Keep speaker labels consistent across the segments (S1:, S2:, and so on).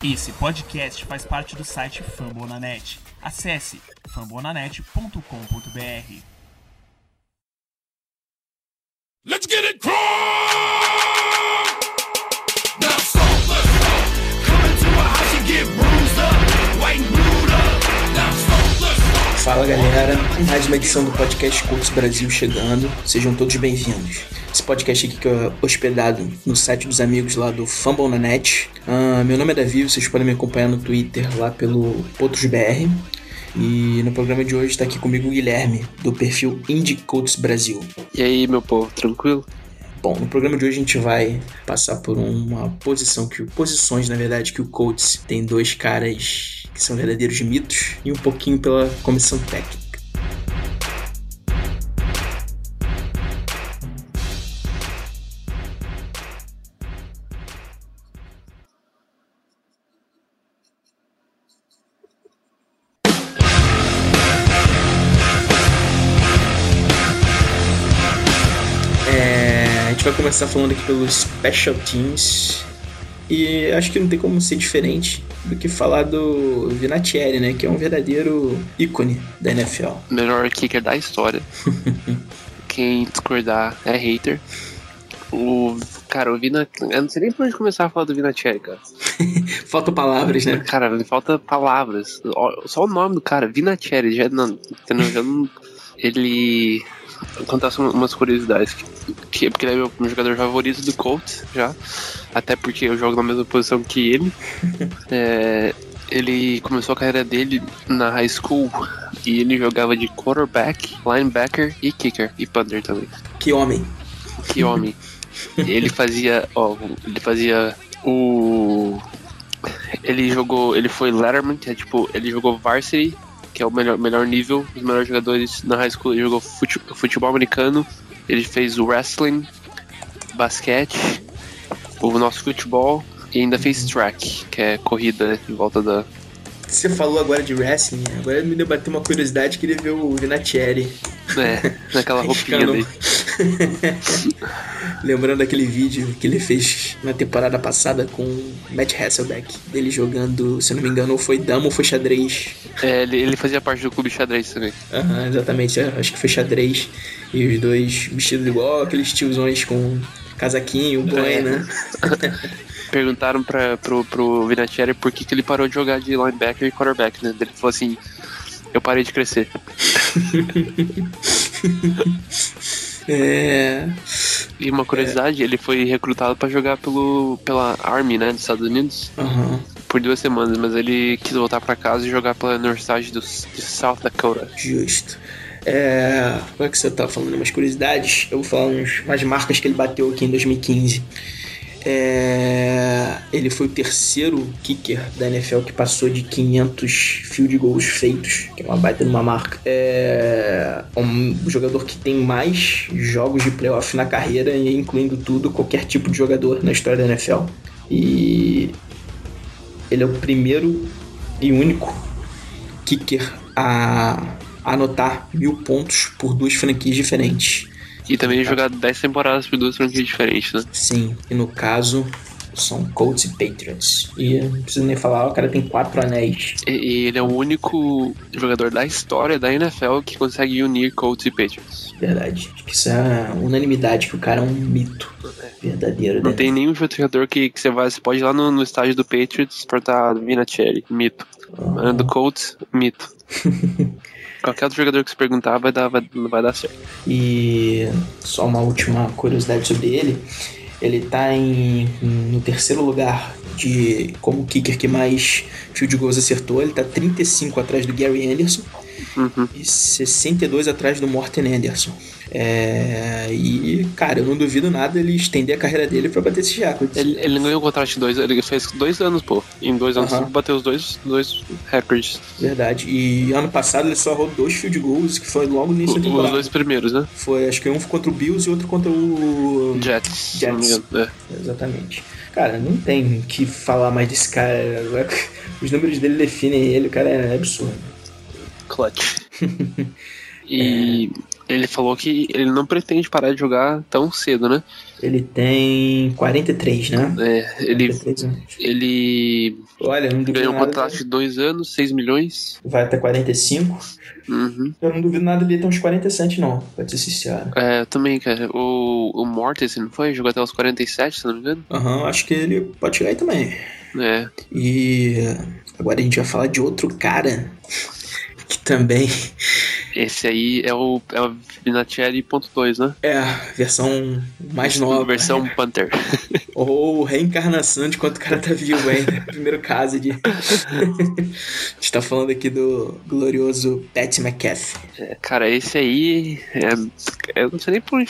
S1: Esse podcast faz parte do site Fambonanet. Acesse fambonanet.com.br.
S2: Let's get it crunk! Now sober, coming to a house and get bruised up, white and blued up. Now sober,
S3: Fala galera, mais uma edição do podcast Curtos Brasil chegando, sejam todos bem-vindos. Esse podcast aqui que é hospedado no site dos amigos lá do Fumble na Net. Ah, meu nome é Davi, vocês podem me acompanhar no Twitter lá pelo PotosBR. E no programa de hoje está aqui comigo o Guilherme, do perfil Indie Cults Brasil.
S4: E aí, meu povo, tranquilo?
S3: Bom, no programa de hoje a gente vai passar por uma posição que posições, na verdade, que o Colts tem dois caras que são verdadeiros mitos e um pouquinho pela comissão técnica. É, a gente vai começar falando aqui pelos Special Teams. E acho que não tem como ser diferente do que falar do Vinatieri, né? Que é um verdadeiro ícone da NFL.
S4: Melhor kicker da história. Quem discordar é hater. O. Cara, o Vina. Eu não sei nem por onde começar a falar do Vina Cherry, cara.
S3: Faltam palavras, né?
S4: Cara, me falta palavras. Ó, Só o nome do cara, Vina Cherry, já não. entendeu? Já não- ele. Vou contar só umas curiosidades. Que, que- porque ele é meu, meu jogador favorito do Colts, já. Até porque eu jogo na mesma posição que ele. É, ele começou a carreira dele na high school e ele jogava de quarterback, linebacker e kicker. E punter também.
S3: Que homem.
S4: Que homem. ele fazia. Ó, ele fazia o. Ele jogou. Ele foi Letterman, que é tipo. Ele jogou varsity, que é o melhor, melhor nível, os melhores jogadores na high school. Ele jogou fute- futebol americano, ele fez wrestling, basquete, o nosso futebol e ainda fez track, que é corrida em volta da.
S3: Você falou agora de wrestling, né? agora me deu bater uma curiosidade, queria ver o Vinatieri
S4: né, naquela roupinha
S3: Ficando-
S4: dele.
S3: Lembrando aquele vídeo que ele fez na temporada passada com o Matt Hasselbeck. Ele jogando, se eu não me engano, ou foi dama ou foi xadrez.
S4: É, ele, ele fazia parte do clube xadrez também.
S3: Aham, exatamente, é, acho que foi xadrez. E os dois vestidos igual aqueles tiozões com casaquinho, boina. né?
S4: perguntaram pra, pro, pro Vinatieri por que, que ele parou de jogar de linebacker e quarterback, né? Ele falou assim, eu parei de crescer.
S3: É.
S4: E uma curiosidade, ele foi recrutado pra jogar pelo, pela Army, né, dos Estados Unidos,
S3: Aham.
S4: por duas semanas, mas ele quis voltar pra casa e jogar pela Universidade do, de South Dakota.
S3: Justo. É, como é que você tá falando umas curiosidades? Eu vou falar uns, umas marcas que ele bateu aqui em 2015. É, ele foi o terceiro kicker da NFL que passou de 500 field goals feitos, que é uma baita numa marca. É um jogador que tem mais jogos de playoff na carreira, e incluindo tudo, qualquer tipo de jogador na história da NFL. E ele é o primeiro e único kicker a anotar mil pontos por duas franquias diferentes.
S4: E também jogar 10 temporadas por duas franquias diferentes, né?
S3: Sim, e no caso são Colts e Patriots. E eu não preciso nem falar, o cara tem quatro anéis.
S4: E, e ele é o único jogador da história da NFL que consegue unir Colts e Patriots.
S3: Verdade. Acho que isso é unanimidade, que o cara é um mito verdadeiro.
S4: Não
S3: né?
S4: tem nenhum jogador que, que você vai, você pode ir lá no, no estádio do Patriots portar Vinatieri, mito.
S3: Ah.
S4: Mano do Colts, mito. Qualquer outro jogador que se perguntar vai dar, vai, vai dar certo.
S3: E só uma última curiosidade sobre ele. Ele tá em, no terceiro lugar de como kicker que mais field goals acertou. Ele tá 35 atrás do Gary Anderson.
S4: Uhum.
S3: e 62 atrás do Morten Anderson. É, e, cara, eu não duvido nada ele estender a carreira dele pra bater esse recorde.
S4: Ele, ele não ganhou o contrato de dois, ele fez dois anos, pô. Em dois anos
S3: Aham.
S4: ele bateu os dois, dois recordes.
S3: Verdade. E ano passado ele só errou dois field goals, que foi logo no início da
S4: Os
S3: temporada.
S4: dois primeiros, né?
S3: Foi, acho que um contra o Bills e outro contra o...
S4: Jets. se não me
S3: Uhum. Jets.
S4: engano. É.
S3: Exatamente. Cara, não tem o que falar mais desse cara. Os números dele definem ele, o cara é absurdo.
S4: Clutch. e
S3: É.
S4: Ele falou que ele não pretende parar de jogar tão cedo, né?
S3: Ele tem 43, né?
S4: É, ele,
S3: 43 anos.
S4: ele
S3: Olha, não duvido
S4: ganhou um
S3: nada.
S4: contrato de dois anos, 6 milhões.
S3: Vai até 45.
S4: Uhum.
S3: Eu não duvido nada dele ter uns 47, não, pra ser sincero.
S4: É, eu também, cara. O, o Mortis, não foi? Jogou até os 47, se não me engano.
S3: Aham, acho que ele pode chegar aí também.
S4: É,
S3: E eh, agora a gente vai falar de outro cara que também
S4: esse aí é o, é o Vinatieri.2, né?
S3: é a versão mais nova.
S4: Versão Panther.
S3: Ou reencarnação de quanto o cara tá vivo ainda. Primeiro caso de. a gente tá falando aqui do glorioso Pat McAfee.
S4: É, cara, esse aí. é- eu não sei nem por.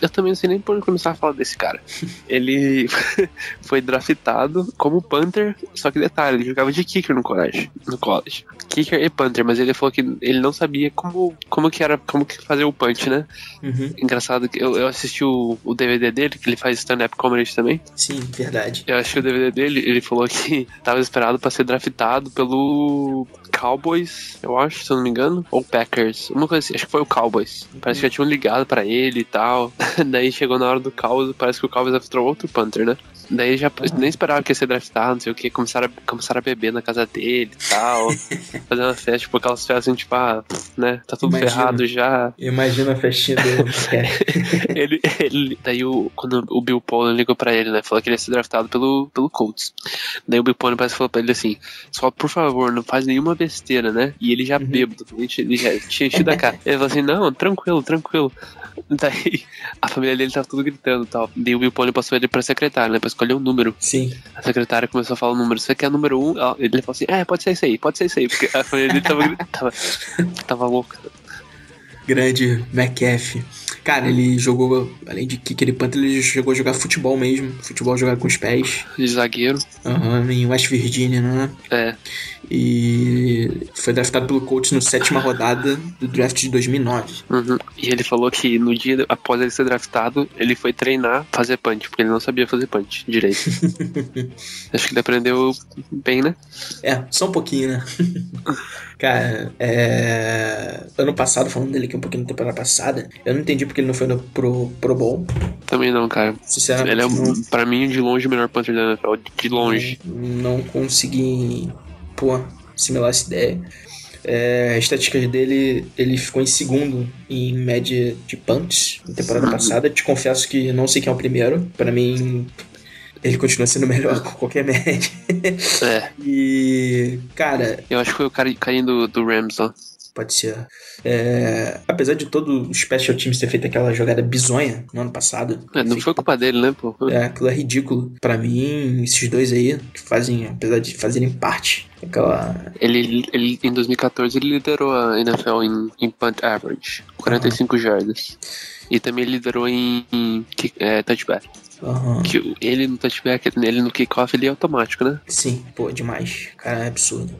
S4: Eu também não sei nem por onde começar a falar desse cara. Ele foi draftado como Panther, só que detalhe, ele jogava de kicker no college. No college. Kicker e Panther, mas ele falou que ele não sabia como, como que era, como que fazer o punch, né?
S3: Uhum.
S4: Engraçado que eu, eu assisti o, o DVD dele, que ele faz stand-up comedy também.
S3: Sim, verdade.
S4: Eu achei o DVD dele, ele falou que tava esperado pra ser draftado pelo Cowboys, eu acho, se eu não me engano, ou Packers, uma coisa assim, acho que foi o Cowboys. Parece que já tinham ligado pra ele e tal. Daí chegou na hora do Cowboys, parece que o Cowboys draftou outro Panther, né? Daí já nem esperava que ia ser draftado, não sei o que, começaram a, começaram a beber na casa dele e tal, fazer uma festa, tipo aquelas festas assim, tipo, ah, né, tá tudo
S3: Imagino.
S4: ferrado já,
S3: Imagina a festinha do McAfee.
S4: ele, ele- daí o, quando o Bill Polian ligou pra ele, né? Falou que ele ia ser draftado pelo, pelo Colts. Daí o Bill Polian parece que falou pra ele assim: só por favor, não faz nenhuma besteira, né? E ele já bêbado, ele, tinha- ele já tinha enchido a cara. Ele falou assim: não, tranquilo, tranquilo. Daí a família dele tava tudo gritando e tal. Daí o Bill Polian passou ele pra secretária, né? Pra escolher um número.
S3: Sim.
S4: A secretária começou a falar o número, você quer número um? Ela- Ele falou assim, é, pode ser isso aí, pode ser isso aí, porque a família dele tava, gritando, tava, tava louca.
S3: grande McAfee. Cara, ele jogou, além de kicker e punter, ele chegou a jogar futebol mesmo. Futebol jogado com os pés.
S4: De zagueiro.
S3: Aham, em West Virginia, né?
S4: É,
S3: E foi draftado pelo Colts na sétima rodada do draft de 2009.
S4: Uhum. E ele falou que no dia após ele ser draftado, ele foi treinar fazer punch, porque ele não sabia fazer punch direito. Acho que ele aprendeu bem, né?
S3: É, só um pouquinho, né? Cara, é... ano passado, falando dele aqui um pouquinho na temporada passada, eu não entendi porque ele não foi no Pro, pro Bowl.
S4: Também não, cara.
S3: Sinceramente,
S4: Ele é,
S3: não,
S4: um- pra mim, de longe o melhor punter da NFL. De longe.
S3: não consegui pô, assimilar essa ideia. É, estatísticas dele, ele ficou em segundo em média de punts na temporada passada. Te confesso que não sei quem é o primeiro. Pra mim, ele continua sendo melhor com qualquer média.
S4: É.
S3: E, cara,
S4: Eu acho que foi o cara carinho do, do Rams, ó.
S3: pode ser. é, apesar de todo o Special Teams ter feito aquela jogada bizonha no ano passado,
S4: É, não foi culpa dele, né, pô?
S3: É, aquilo é ridículo. Pra mim, esses dois aí, que fazem, apesar de fazerem parte daquela.
S4: Ele, ele, em 2014, ele liderou a NFL em, em punt average. 45 jardas. E também liderou em, em kick- é, touchback.
S3: Aham.
S4: Que o- ele no touchback, ele no kickoff, ele é automático, né?
S3: Sim, pô, demais. Cara, é absurdo.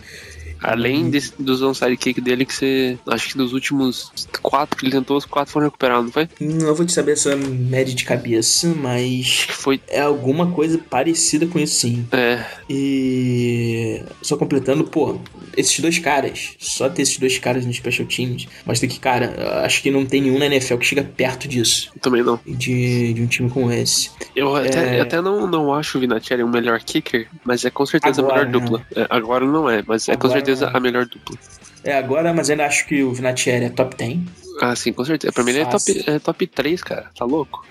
S4: Além
S3: Uhum.
S4: desse- dos onside kick dele, que você. Acho que dos últimos quatro que ele tentou, os quatro foram recuperados, não foi?
S3: Não Hum, vou te saber essa média de cabeça, mas
S4: Que foi.
S3: é alguma coisa parecida com isso sim.
S4: É,
S3: E só completando, pô, esses dois caras, só ter esses dois caras no Special Teams, mostra que, cara, acho que não tem nenhum na NFL que chega perto disso,
S4: também não.
S3: de, de um time como esse.
S4: Eu até,
S3: É.
S4: eu até não, não acho o Vinatieri o melhor kicker, mas é com certeza
S3: Agora, né?
S4: a melhor dupla. É, agora não é, mas é com
S3: Agora
S4: certeza
S3: não é.
S4: a melhor dupla.
S3: É, agora, mas ainda acho que o Vinatieri é top 10.
S4: Ah, sim, com certeza. Pra mim ele é
S3: Fácil.
S4: top, é top 3, cara. Tá louco?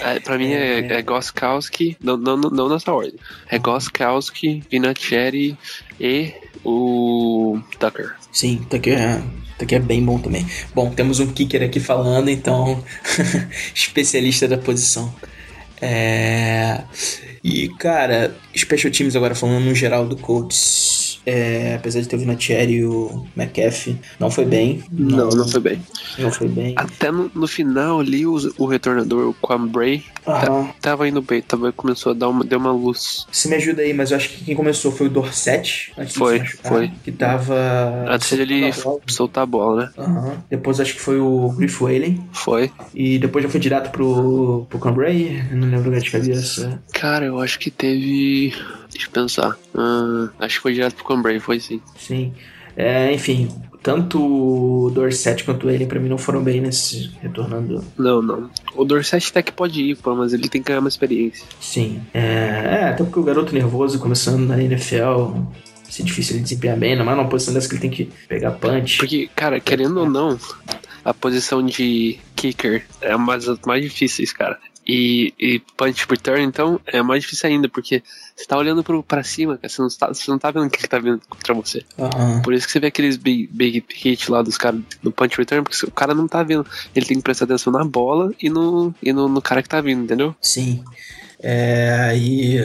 S4: é, pra mim é, é Goskowski. Não, não, não, não nessa ordem. É Goskowski, Vinatieri e o Tucker.
S3: Sim, Tucker é, Tucker é bem bom também. Bom, temos um kicker aqui falando, então, especialista da posição. É... E, cara, Special Teams agora falando no geral do Colts. É, apesar de ter o Vinatieri e o McAfee, não foi bem.
S4: bem.
S3: Não foi bem. Ah,
S4: Até no, no final ali, o, o retornador, o Quambray,
S3: Aham.
S4: tava indo bem, tava, começou a dar uma, deu uma luz.
S3: Você me ajuda aí, mas eu acho que quem começou foi o Dorset. antes de
S4: Foi,
S3: se machucar,
S4: foi.
S3: Que tava...
S4: Antes dele
S3: soltando É, a bola.
S4: soltar a bola, né?
S3: Aham. Depois acho que foi o Griff Whalen.
S4: Foi.
S3: E depois já foi direto pro, pro Cambrai, eu não lembro agora de cabeça.
S4: Cara, eu acho que teve. Deixa eu pensar. Ah, acho que foi direto pro Quambray, foi sim.
S3: Sim. É, enfim, tanto o Dorset quanto ele, pra mim, não foram bem nesse retornando.
S4: Não, não. O Dorset até que pode ir, pô, mas ele tem que ganhar uma experiência.
S3: Sim. É, é, até porque o garoto nervoso começando na NFL. Se é difícil ele desempenhar bem, ainda mais numa posição dessa que ele tem que pegar punch.
S4: Porque, cara, querendo ou não, a posição de kicker é uma das mais difíceis, cara. E, e punch return, então, é mais difícil ainda, porque você tá olhando pro, pra cima, cara, você não, tá, você não tá vendo o que, que tá vindo contra você.
S3: Aham.
S4: Por isso que você vê aqueles big, big hit lá dos caras do punch return, porque o cara não tá vendo. Ele tem que prestar atenção na bola e no, e no, no cara que tá vindo, entendeu?
S3: Sim. É, e.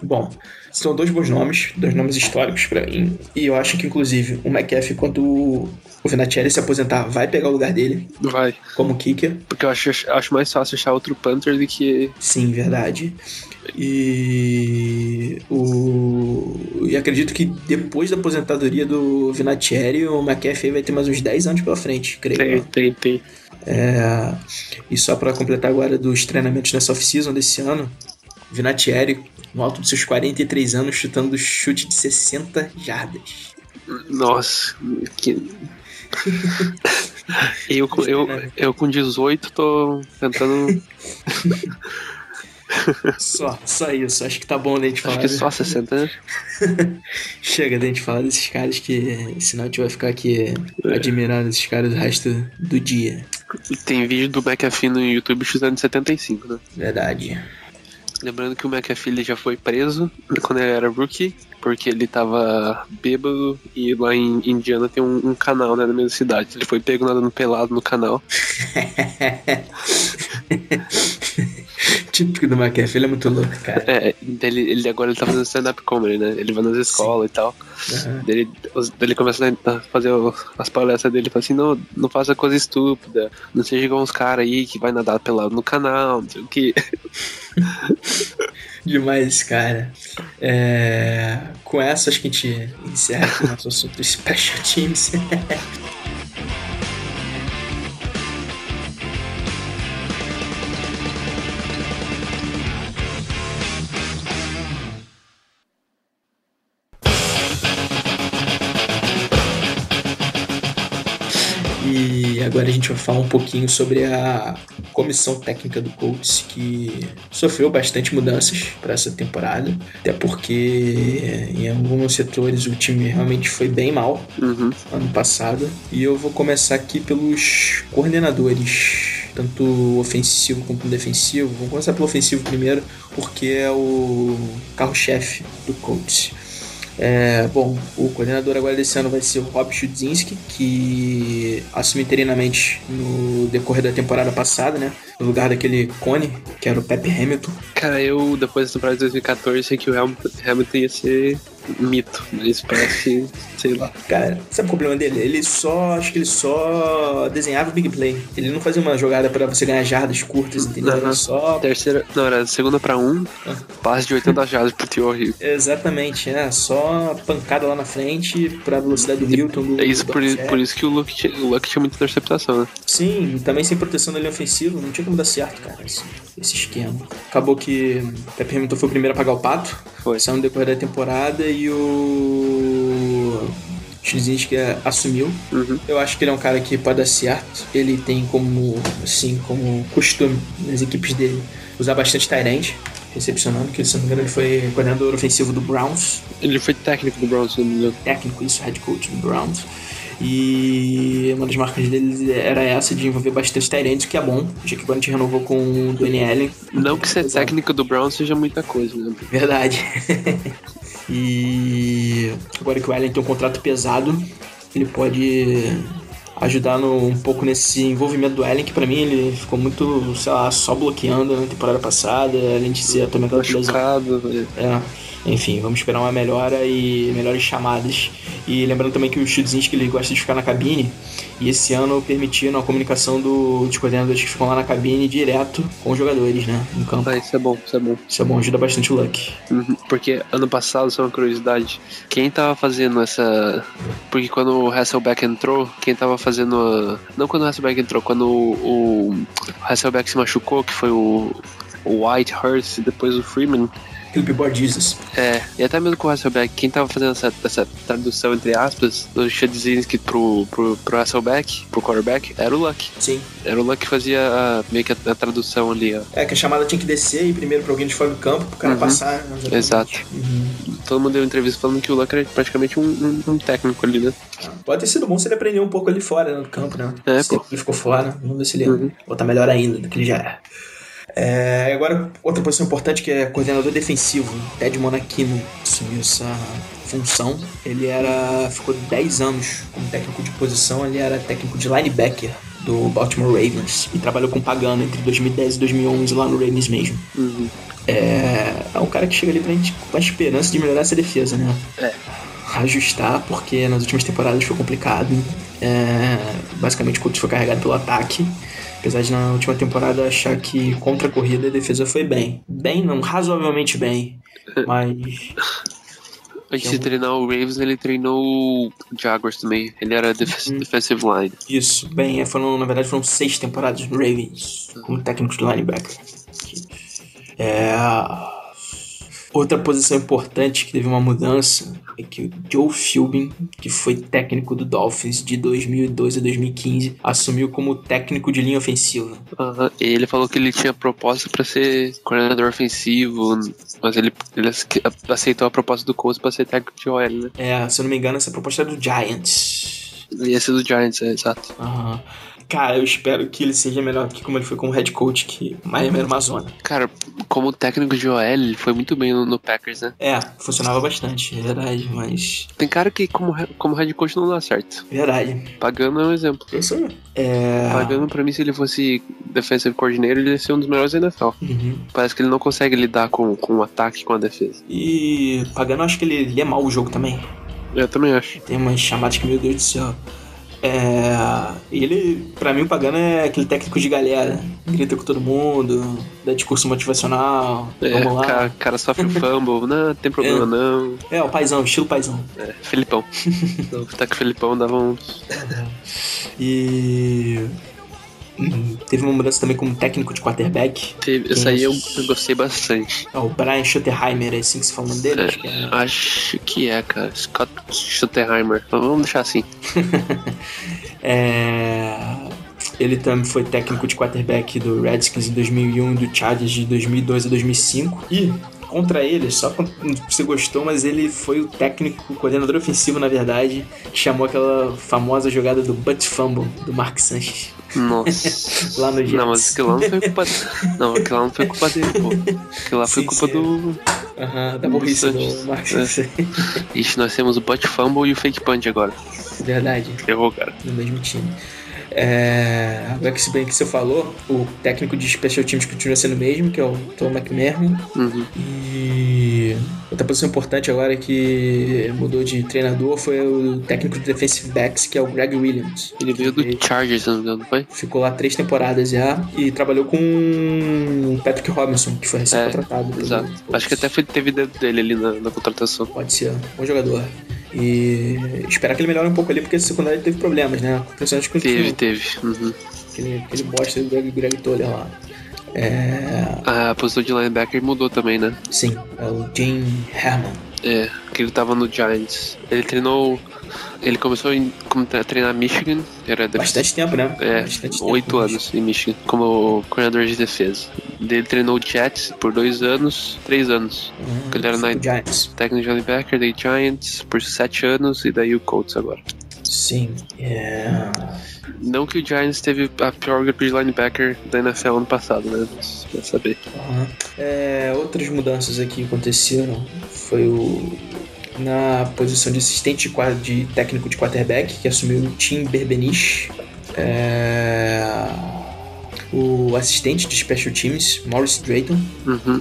S3: Bom, são dois bons nomes, dois nomes históricos pra mim. E eu acho que, inclusive, o McAfee, quando o Vinatieri se aposentar, vai pegar o lugar dele
S4: Vai.
S3: como kicker.
S4: Porque eu acho, eu acho mais fácil achar outro punter do que.
S3: Sim, verdade. E o e acredito que depois da aposentadoria do Vinatieri, o McAfee vai ter mais uns 10 anos pela frente, creio.
S4: Tem,
S3: eu.
S4: tem, tem.
S3: É, e só para completar agora dos treinamentos nessa off-season desse ano, Vinatieri, no alto dos seus 43 anos, chutando chute de 60 jardas.
S4: Nossa, que. eu, com- eu, eu com 18 tô tentando.
S3: Só, só isso. Acho que tá bom a gente falar.
S4: Acho que
S3: né?
S4: só 60, né?
S3: Chega da gente falar desses caras que senão a gente vai ficar aqui
S4: É.
S3: admirando esses caras o resto do dia.
S4: Tem vídeo do McAfee no YouTube chutando 75, né?
S3: Verdade.
S4: Lembrando que o McAfee ele já foi preso quando ele era rookie, porque ele tava bêbado e lá em Indiana tem um, um canal, né, na mesma cidade. Ele foi pego nadando pelado no canal.
S3: Típico do McAfee, ele é muito louco, cara.
S4: É, ele, ele agora ele tá fazendo stand-up comedy, né? Ele vai nas escolas e tal.
S3: Aham.
S4: Ele, ele começa né, a fazer o- as palestras dele, fala assim, não, não faça coisa estúpida, não seja igual uns caras aí que vai nadar pelado no canal, não sei o que.
S3: Demais esse cara. É, Com essa, acho que a gente encerra aqui o nosso assunto dos Special Teams. E agora a gente vai falar um pouquinho sobre a comissão técnica do Colts, que sofreu bastante mudanças para essa temporada, até porque em alguns setores o time realmente foi bem mal
S4: Uhum.
S3: ano passado. E eu vou começar aqui pelos coordenadores, tanto ofensivo quanto defensivo. Vamos começar pelo ofensivo primeiro, porque é o carro-chefe do Colts. É, bom, o coordenador agora desse ano vai ser o Rob Chudzinski, que assume interinamente no decorrer da temporada passada, né? No lugar daquele cone, que era o Pep Hamilton.
S4: Cara, eu, depois da temporada de 2014, sei que o Ham- Hamilton ia ser mito, mas parece que, sei lá.
S3: Cara, sabe é o problema dele? Ele só. Acho que ele só desenhava big play. Ele não fazia uma jogada pra você ganhar jardas curtas, entendeu? Ele
S4: Aham.
S3: só.
S4: Terceira, não, era segunda pra um, passe de 80 jardas pro Tio Hill.
S3: Exatamente, né? Só pancada lá na frente pra velocidade do Hilton. Do,
S4: É isso,
S3: do
S4: por,
S3: Armstead.
S4: por isso que o Luck tinha, o Luck tinha muita interceptação, né?
S3: Sim, e também sem proteção da linha ofensiva, não tinha como dar certo, cara, esse, esse esquema. Acabou que o Pepe Hamilton foi o primeiro a pagar o pato.
S4: Foi.
S3: Saiu no decorrer da temporada e o. Chizinski assumiu.
S4: Uhum.
S3: Eu acho que ele é um cara que pode dar certo. Ele tem como, assim, como costume nas equipes dele usar bastante Tyrande, recepcionando, que se não me engano ele foi coordenador ofensivo do Browns
S4: Ele foi técnico do Browns, se não me engano.
S3: técnico, isso, head coach do Browns. E uma das marcas deles era essa de envolver bastante Tyrants, o que é bom, já que agora a gente renovou com o Dwayne Allen.
S4: Não que ser
S3: Exato.
S4: técnico do Browns seja muita coisa, né?
S3: Verdade. e agora que o Allen tem um contrato pesado, ele pode ajudar no- um pouco nesse envolvimento do Allen, que pra mim ele ficou muito, sei lá, só bloqueando na temporada passada, além de ser também aquela lesão
S4: Machucado, é.
S3: É, enfim, vamos esperar uma melhora e melhores chamadas. E lembrando também que o Chudzinski ele gosta de ficar na cabine. E esse ano permitiram a comunicação do, dos coordenadores que ficam lá na cabine direto com os jogadores, né? Em campo.
S4: Ah, isso é bom, isso é bom.
S3: Isso é bom, ajuda bastante o Luck.
S4: Uhum, Porque ano passado, só uma curiosidade, quem tava fazendo essa. Porque quando o Hasselbeck entrou, quem tava fazendo a. Não quando o Hasselbeck entrou, quando o, o Hasselbeck se machucou, que foi o, o Whitehurst e depois o Freeman,
S3: Clipboard Jesus.
S4: É, e até mesmo com o Hasselbeck, quem tava fazendo essa, essa tradução, entre aspas, do Shadzinski pro, pro, pro Hasselbeck, pro quarterback, era o Luck.
S3: Sim.
S4: Era o Luck que fazia a- meio que a, a tradução ali, ó.
S3: É que a chamada tinha que descer e ir primeiro pra alguém de fora do campo pro cara
S4: Uhum.
S3: passar. né?
S4: Exato. Todo mundo deu entrevista falando que o Luck era praticamente um, um- um técnico ali, né?
S3: Pode ter sido bom se ele aprendeu um pouco ali fora, né, no campo, né?
S4: É,
S3: Se
S4: pô.
S3: ele ficou fora, vamos ver se ele
S4: Uhum.
S3: ou tá melhor ainda do que ele já era. É, agora, outra posição importante que é coordenador defensivo. né? Ted Monachino assumiu essa função. Ele era ficou 10 anos como técnico de posição, ele era técnico de linebacker do Baltimore Ravens e trabalhou com Pagano entre 2010 e 2011 lá no Ravens mesmo.
S4: Uhum.
S3: É, é um cara que chega ali pra gente com a esperança de melhorar essa defesa, né?
S4: É.
S3: Ajustar, porque nas últimas temporadas foi complicado. É, basicamente o Colts foi carregado pelo ataque. Apesar de na última temporada achar que contra a corrida a defesa foi bem. Bem não, razoavelmente bem. Mas.
S4: Antes de treinar o Ravens, ele treinou o Jaguars também. Ele era def- defensive line.
S3: Isso, bem, é, foram, na verdade foram seis temporadas no Ravens, como técnico de linebacker. É. Outra posição importante que teve uma mudança é que o Joe Philbin, que foi técnico do Dolphins de 2012 a 2015, assumiu como técnico de linha ofensiva.
S4: Aham, E ele falou que ele tinha proposta pra ser coordenador ofensivo, mas ele, ele ace- aceitou a proposta do Colts pra ser técnico de OL, né?
S3: É, se eu não me engano, essa proposta é do Giants.
S4: Ia ser do Giants, é, exato.
S3: Aham. Cara, eu espero que ele seja melhor que como ele foi como head coach, que Miami era uma zona.
S4: Cara, como técnico de OL, ele foi muito bem no, no Packers, né?
S3: É, funcionava bastante, é verdade, mas.
S4: Tem cara que como, re- como head coach não dá certo.
S3: Verdade.
S4: Pagano é um exemplo.
S3: É isso aí. É.
S4: Pagano, pra mim, se ele fosse defensive coordinator, ele ia ser um dos melhores da NFL.
S3: Uhum.
S4: Parece que ele não consegue lidar com, com o ataque e com a defesa.
S3: E Pagano, acho que ele lê mal o jogo também.
S4: Eu também acho.
S3: Tem umas chamadas que, meu Deus do céu. É. Ele, pra mim, o Pagano é aquele técnico de galera. Grita com todo mundo, dá discurso motivacional.
S4: É,
S3: vamos
S4: o
S3: lá.
S4: cara, o cara sofre o fumble, não, tem problema
S3: É.
S4: não.
S3: É, o paizão, estilo paizão.
S4: É, Felipão. Então, o ataque Felipão dava um.
S3: E. hum, Teve uma mudança também como técnico de quarterback.
S4: Teve- Essa aí eu, eu gostei bastante.
S3: É o Brian Schottenheimer, é assim que se fala o nome dele? Acho que é.
S4: Acho que é, cara. Scott Schottenheimer. Mas Vamos deixar assim.
S3: É, Ele também foi técnico de quarterback do Redskins em 2001 e um, do Chargers de 2002 a 2005. E contra ele, só pra- não sei se você gostou, mas ele foi o técnico, o coordenador ofensivo, na verdade, que chamou aquela famosa jogada do butt fumble do Mark Sanchez.
S4: Nossa.
S3: Lá no Jets.
S4: Não, mas aquilo lá não foi culpa Não, aquilo lá não foi culpa dele, pô. Aquilo lá foi
S3: Sim,
S4: culpa
S3: sim.
S4: do.
S3: Aham, da
S4: burrice
S3: do
S4: do
S3: Mark
S4: Mark
S3: Sanchez. É.
S4: Ixi, nós temos o Butt Fumble e o Fake Punch agora.
S3: Verdade.
S4: Errou, cara.
S3: no mesmo time. É, agora que se bem que você falou, o técnico de special teams continua sendo o mesmo, que é o Tom McMahon.
S4: Uhum.
S3: E outra posição importante agora que mudou de treinador foi o técnico de defensive backs, que é o Greg Williams.
S4: Ele veio do Chargers, se não me engano, não foi?
S3: Ficou lá três temporadas já e trabalhou com o Patrick Robinson, que foi né?
S4: É,
S3: recém-contratado. pelo-
S4: Exato. Acho que até foi, teve dedo dele ali na, na contratação.
S3: Pode ser, bom jogador. E esperar que ele melhore um pouco ali, porque a secundária teve problemas, né? Principalmente com o
S4: Teve, teve. Uhum.
S3: aquele, aquele bosta do Greg, Greg Toller lá. É,
S4: A posição de linebacker mudou também, né?
S3: sim, é o Jim Herman.
S4: É, que ele tava no Giants. Ele treinou. Ele começou em- como tre- treinar Michigan, era def-
S3: Bastante tempo, né?
S4: é,
S3: Bastante tempo.
S4: oito anos em Michigan, como coordenador de defesa. Daí Ele treinou o Jets por dois anos, três anos.
S3: Uhum,
S4: Ele era na-
S3: o Giants.
S4: Técnico de linebacker, daí Giants por sete anos e daí o Colts agora.
S3: Sim. É,
S4: Não que o Giants teve a pior grupo de linebacker da NFL ano passado, né? Mas Quer saber.
S3: aham. É, outras mudanças aqui aconteceram foi o na posição de assistente de qua- de técnico de quarterback, que assumiu o Tim Berbenish. É, o assistente de special teams, Morris Drayton.
S4: Uhum.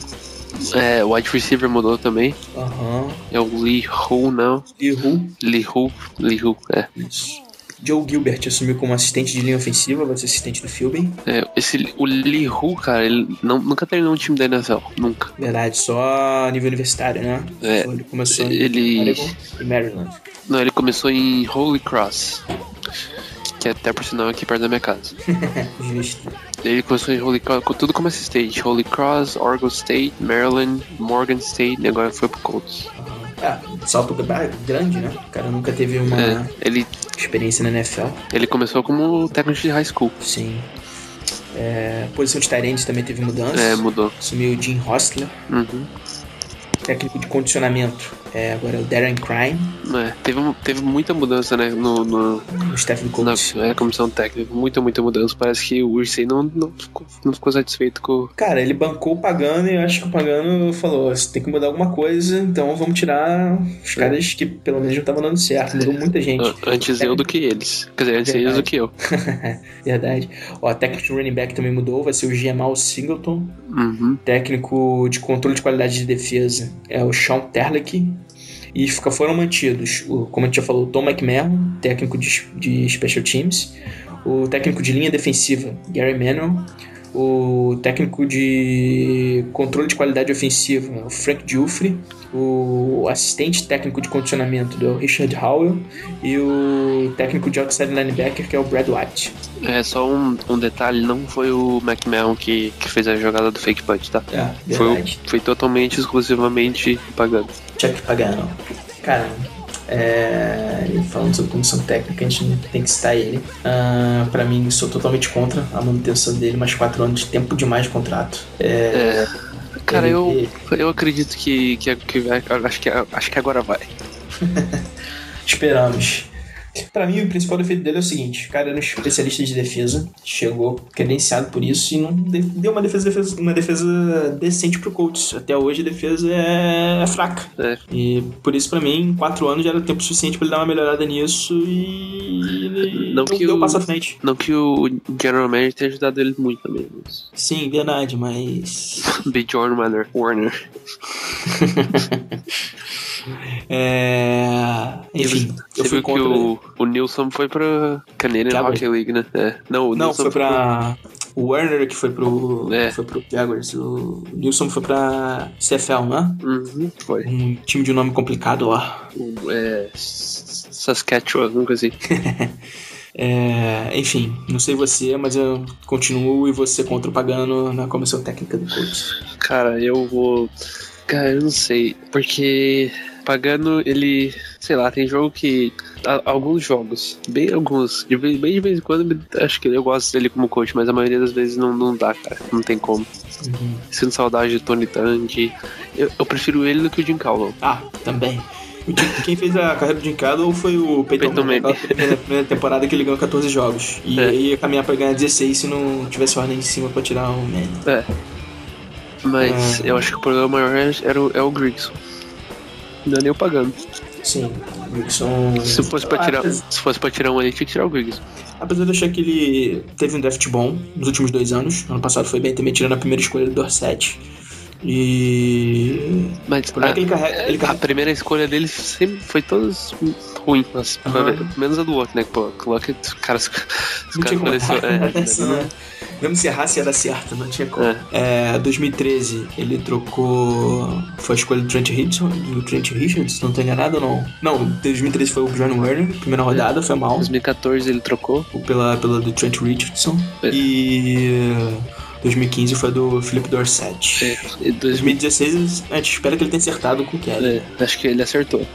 S4: É, o wide receiver mudou também.
S3: Aham.
S4: É o Lee Ho, não.
S3: E Ru,
S4: Lee Ho, Lee Ho, é.
S3: Isso. Joe Gilbert assumiu como assistente de linha ofensiva, vai ser assistente do Philbin.
S4: É, esse, o Lee Hu, cara, ele não, nunca treinou um time da NFL. Nunca.
S3: Verdade, só a nível universitário, né?
S4: É.
S3: Ele começou em
S4: Ele-
S3: Oregon e Maryland.
S4: Não, ele começou em Holy Cross. que até por sinal é aqui perto da minha casa.
S3: Justo.
S4: Ele começou em Holy Cross, tudo como esse state. Holy Cross, Oregon State, Maryland, Morgan State, e agora foi pro Colts.
S3: É, salto gra- grande, né? O cara nunca teve uma
S4: É, ele,
S3: experiência na NFL.
S4: ele começou como técnico de high school.
S3: Sim. É, posição de Tyrande também teve mudança.
S4: É, mudou.
S3: Assumiu o Jim Hostler,
S4: Uhum.
S3: técnico de condicionamento. É, agora é o Darren Crime,
S4: É, teve, um- teve muita mudança, né? No, no,
S3: o staff do
S4: na
S3: coach.
S4: é, comissão técnica. Muita, muita mudança. Parece que o Ursay não, não, ficou, não ficou satisfeito com.
S3: Cara, ele bancou o Pagano e eu acho que o Pagano falou: "Você tem que mudar alguma coisa, então vamos tirar os caras que pelo menos não estavam dando certo. Mudou muita gente.
S4: a- É. Antes eu do que eles. Quer dizer, antes eles do que eu.
S3: Verdade. Ó, técnico de running back também mudou, vai ser o Gemal Singleton.
S4: Uhum.
S3: Técnico de controle de qualidade de defesa é o Sean Terlick. E fica, foram mantidos, o, como a gente já falou, o Tom McMahon, técnico de, de Special Teams, o técnico de linha defensiva, Gary Manuel, o técnico de controle de qualidade ofensiva, o Frank Giuffre, o assistente técnico de condicionamento, do Richard Howell, e o técnico de outside linebacker, que é o Brad White.
S4: É só um, um detalhe: não foi o McMahon que, que fez a jogada do fake punch, tá?
S3: É,
S4: Foi, o- foi totalmente, exclusivamente pagando.
S3: Tinha que pagar, não. Cara, é... e falando sobre comissão técnica, a gente não tem que citar ele. Ah, pra mim, sou totalmente contra a manutenção dele, mas 4 anos de tempo demais de contrato.
S4: É. Cara,
S3: Ele-
S4: eu,
S3: ele-
S4: eu acredito que, que, que vai. Acho que, acho que agora vai.
S3: Esperamos. Pra mim, o principal defeito dele é o seguinte: o cara era um especialista de defesa, chegou credenciado por isso e não de- deu uma defesa, defesa- uma defesa decente pro Colts. Até hoje a defesa é, é fraca.
S4: É.
S3: E por isso, pra mim, 4 anos já era tempo suficiente pra ele dar uma melhorada nisso e. ele não
S4: Não que
S3: deu
S4: o-
S3: passo à frente.
S4: Não que o General Manager tenha ajudado ele muito também. Mas...
S3: Sim, verdade, mas.
S4: Bjorn Manor, Warner.
S3: É. Enfim, eu
S4: Você
S3: fui
S4: viu que
S3: contra.
S4: o, o Nilson foi pra Canadian
S3: Jaguars.
S4: Hockey League, né? É. Não, o
S3: Não,
S4: Nilson
S3: foi pra. O Werner que foi pro.
S4: É.
S3: Foi pro Jaguars. O Nilson foi pra CFL, né?
S4: Uhum, foi.
S3: Um time de nome complicado lá.
S4: O, é, S- Saskatchewan, alguma coisa assim.
S3: É, enfim, não sei você, mas eu continuo e você contra o Pagano na comissão técnica do Colts.
S4: Cara, eu vou. Cara, eu não sei. Porque pagando ele. Sei lá, tem jogo que. a- Alguns jogos, bem alguns, de vez, bem de vez em quando, acho que eu gosto dele como coach, mas a maioria das vezes não, não dá, cara. Não tem como.
S3: Uhum.
S4: Sinto saudade do Tony Tandy. Eu, eu prefiro ele do que o Jim Calvo.
S3: Ah, também. O time- Quem fez a carreira do Jim Caldwell foi o Peyton,
S4: Peyton
S3: Manning,
S4: Manning.
S3: aquela primeira, primeira temporada que ele ganhou 14 jogos. E
S4: É.
S3: aí ia caminhar pra ganhar 16 se não tivesse ordem em cima pra tirar um o Manning.
S4: É.
S3: Hum.
S4: Mas eu acho que o problema maior é, era o, é o Grigson. Não é nem o pagando.
S3: Sim, o Wilson.
S4: Se fosse pra tirar,
S3: Apesar,
S4: se fosse pra tirar um ali, tinha que tirar o Grigson.
S3: apesar de eu achar que ele teve um draft bom nos últimos dois anos, ano passado foi bem também tirando a primeira escolha do Dorset. E.
S4: Mas
S3: Por é. que
S4: a,
S3: ele carrega. Ele
S4: a
S3: carrega...
S4: primeira escolha dele sempre foi todas ruim. Nossa,
S3: Aham.
S4: menos a do outro, né? Pô, coloca os caras. Os
S3: Não tinha
S4: caras
S3: como.
S4: pareceu,
S3: Essa,
S4: é,
S3: né? Mesmo se errasse ia dar certo, não tinha como.
S4: É.
S3: É, 2013, ele trocou. Foi a escolha do Trent Richardson, do Trent Richards, não tô enganado ou não? Não, 2013 foi o John Werner, primeira rodada, foi mal.
S4: 2014 ele trocou.
S3: pela, pela do Trent Richardson.
S4: É.
S3: E 2015 foi do Felipe Dorset.
S4: É, e 2000,
S3: 2016 a gente espera que ele tenha acertado com o Kelly.
S4: é, acho que ele acertou.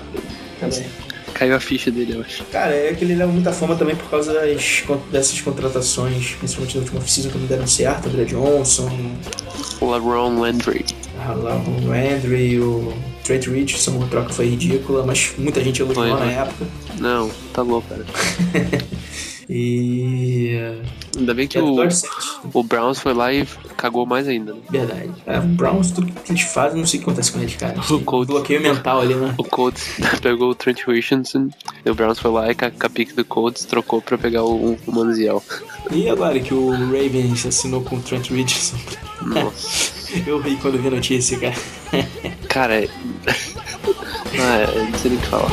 S3: Também.
S4: Caiu a ficha dele, eu acho.
S3: Cara, é que ele leva muita fama também por causa das con- dessas contratações, principalmente da última oficina que não deram certo, André Johnson,
S4: O LaRon Landry.
S3: a- lá o Landry, o Trent Richardson, a troca foi ridícula, mas muita gente elogiou
S4: Foi,
S3: na
S4: né?
S3: época.
S4: Não, tá louco, cara.
S3: E.
S4: Ainda bem que
S3: Era
S4: o,
S3: Dorset.
S4: o Browns foi lá e cagou mais ainda, né?
S3: Verdade. É, o Browns, tudo que eles fazem, não sei o que acontece com eles, cara.
S4: O Colts.
S3: Bloqueio mental ali, né?
S4: O Colts pegou o Trent Richardson, e o Browns foi lá e com a, com a pick do Colts trocou pra pegar o, o Manziel.
S3: E agora que o Ravens assinou com o Trent Richardson?
S4: Nossa.
S3: Eu ri quando vi a notícia, cara.
S4: Cara, é... ah, é, não sei nem o que falar.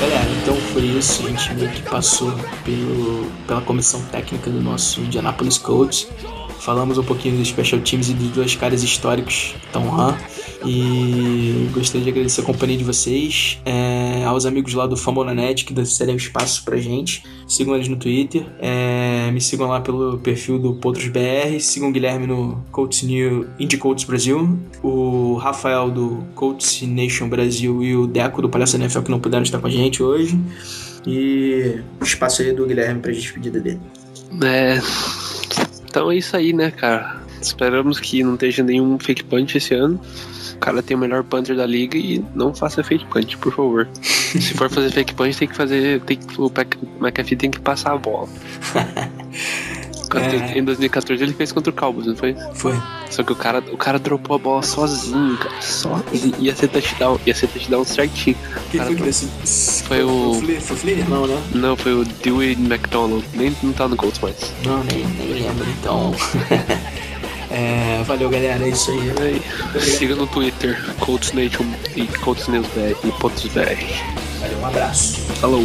S3: Galera, então foi isso. A gente meio que passou pelo, pela comissão técnica do nosso Indianapolis Colts. Falamos um pouquinho dos special teams e dos dois caras históricos, Tom Han. E gostaria de agradecer a companhia de vocês, é, aos amigos lá do Fambonanet que cedem espaço pra gente. Sigam eles no Twitter, é, me sigam lá pelo perfil do PotrosBR, sigam o Guilherme no Coach New, Indie Coach Brasil, o Rafael do Coach Nation Brasil e o Deco do Palhaço NFL que não puderam estar com a gente hoje. E o espaço aí do Guilherme pra despedida dele.
S4: É. Então é isso aí, né, cara? Esperamos que não esteja nenhum fake punch esse ano. O cara tem o melhor punter da liga e não faça fake punch, por favor. Se for fazer fake punch, tem que fazer. Tem que, o Pac- McAfee tem que passar a bola. Quando-
S3: É.
S4: Em 2014 ele fez contra o Cowboys, não foi?
S3: Foi.
S4: Só que o cara, o cara dropou a bola sozinho, cara. Só ele ia ser touchdown, ia ser touchdown certinho.
S3: Quem
S4: Cara,
S3: foi que
S4: tô-
S3: decidiu?
S4: Foi o-
S3: Foi o Fle- foi o Fleer? Não, né?
S4: Não, foi o Dewey McDonald. Nem não tá no Colts mais.
S3: Não, nem, nem lembro, então. É, valeu, galera. É isso aí.
S4: Aí, Siga no Twitter, um Colts Nation e Colts News BR e Pontos BR.
S3: Valeu, um abraço.
S4: Falou!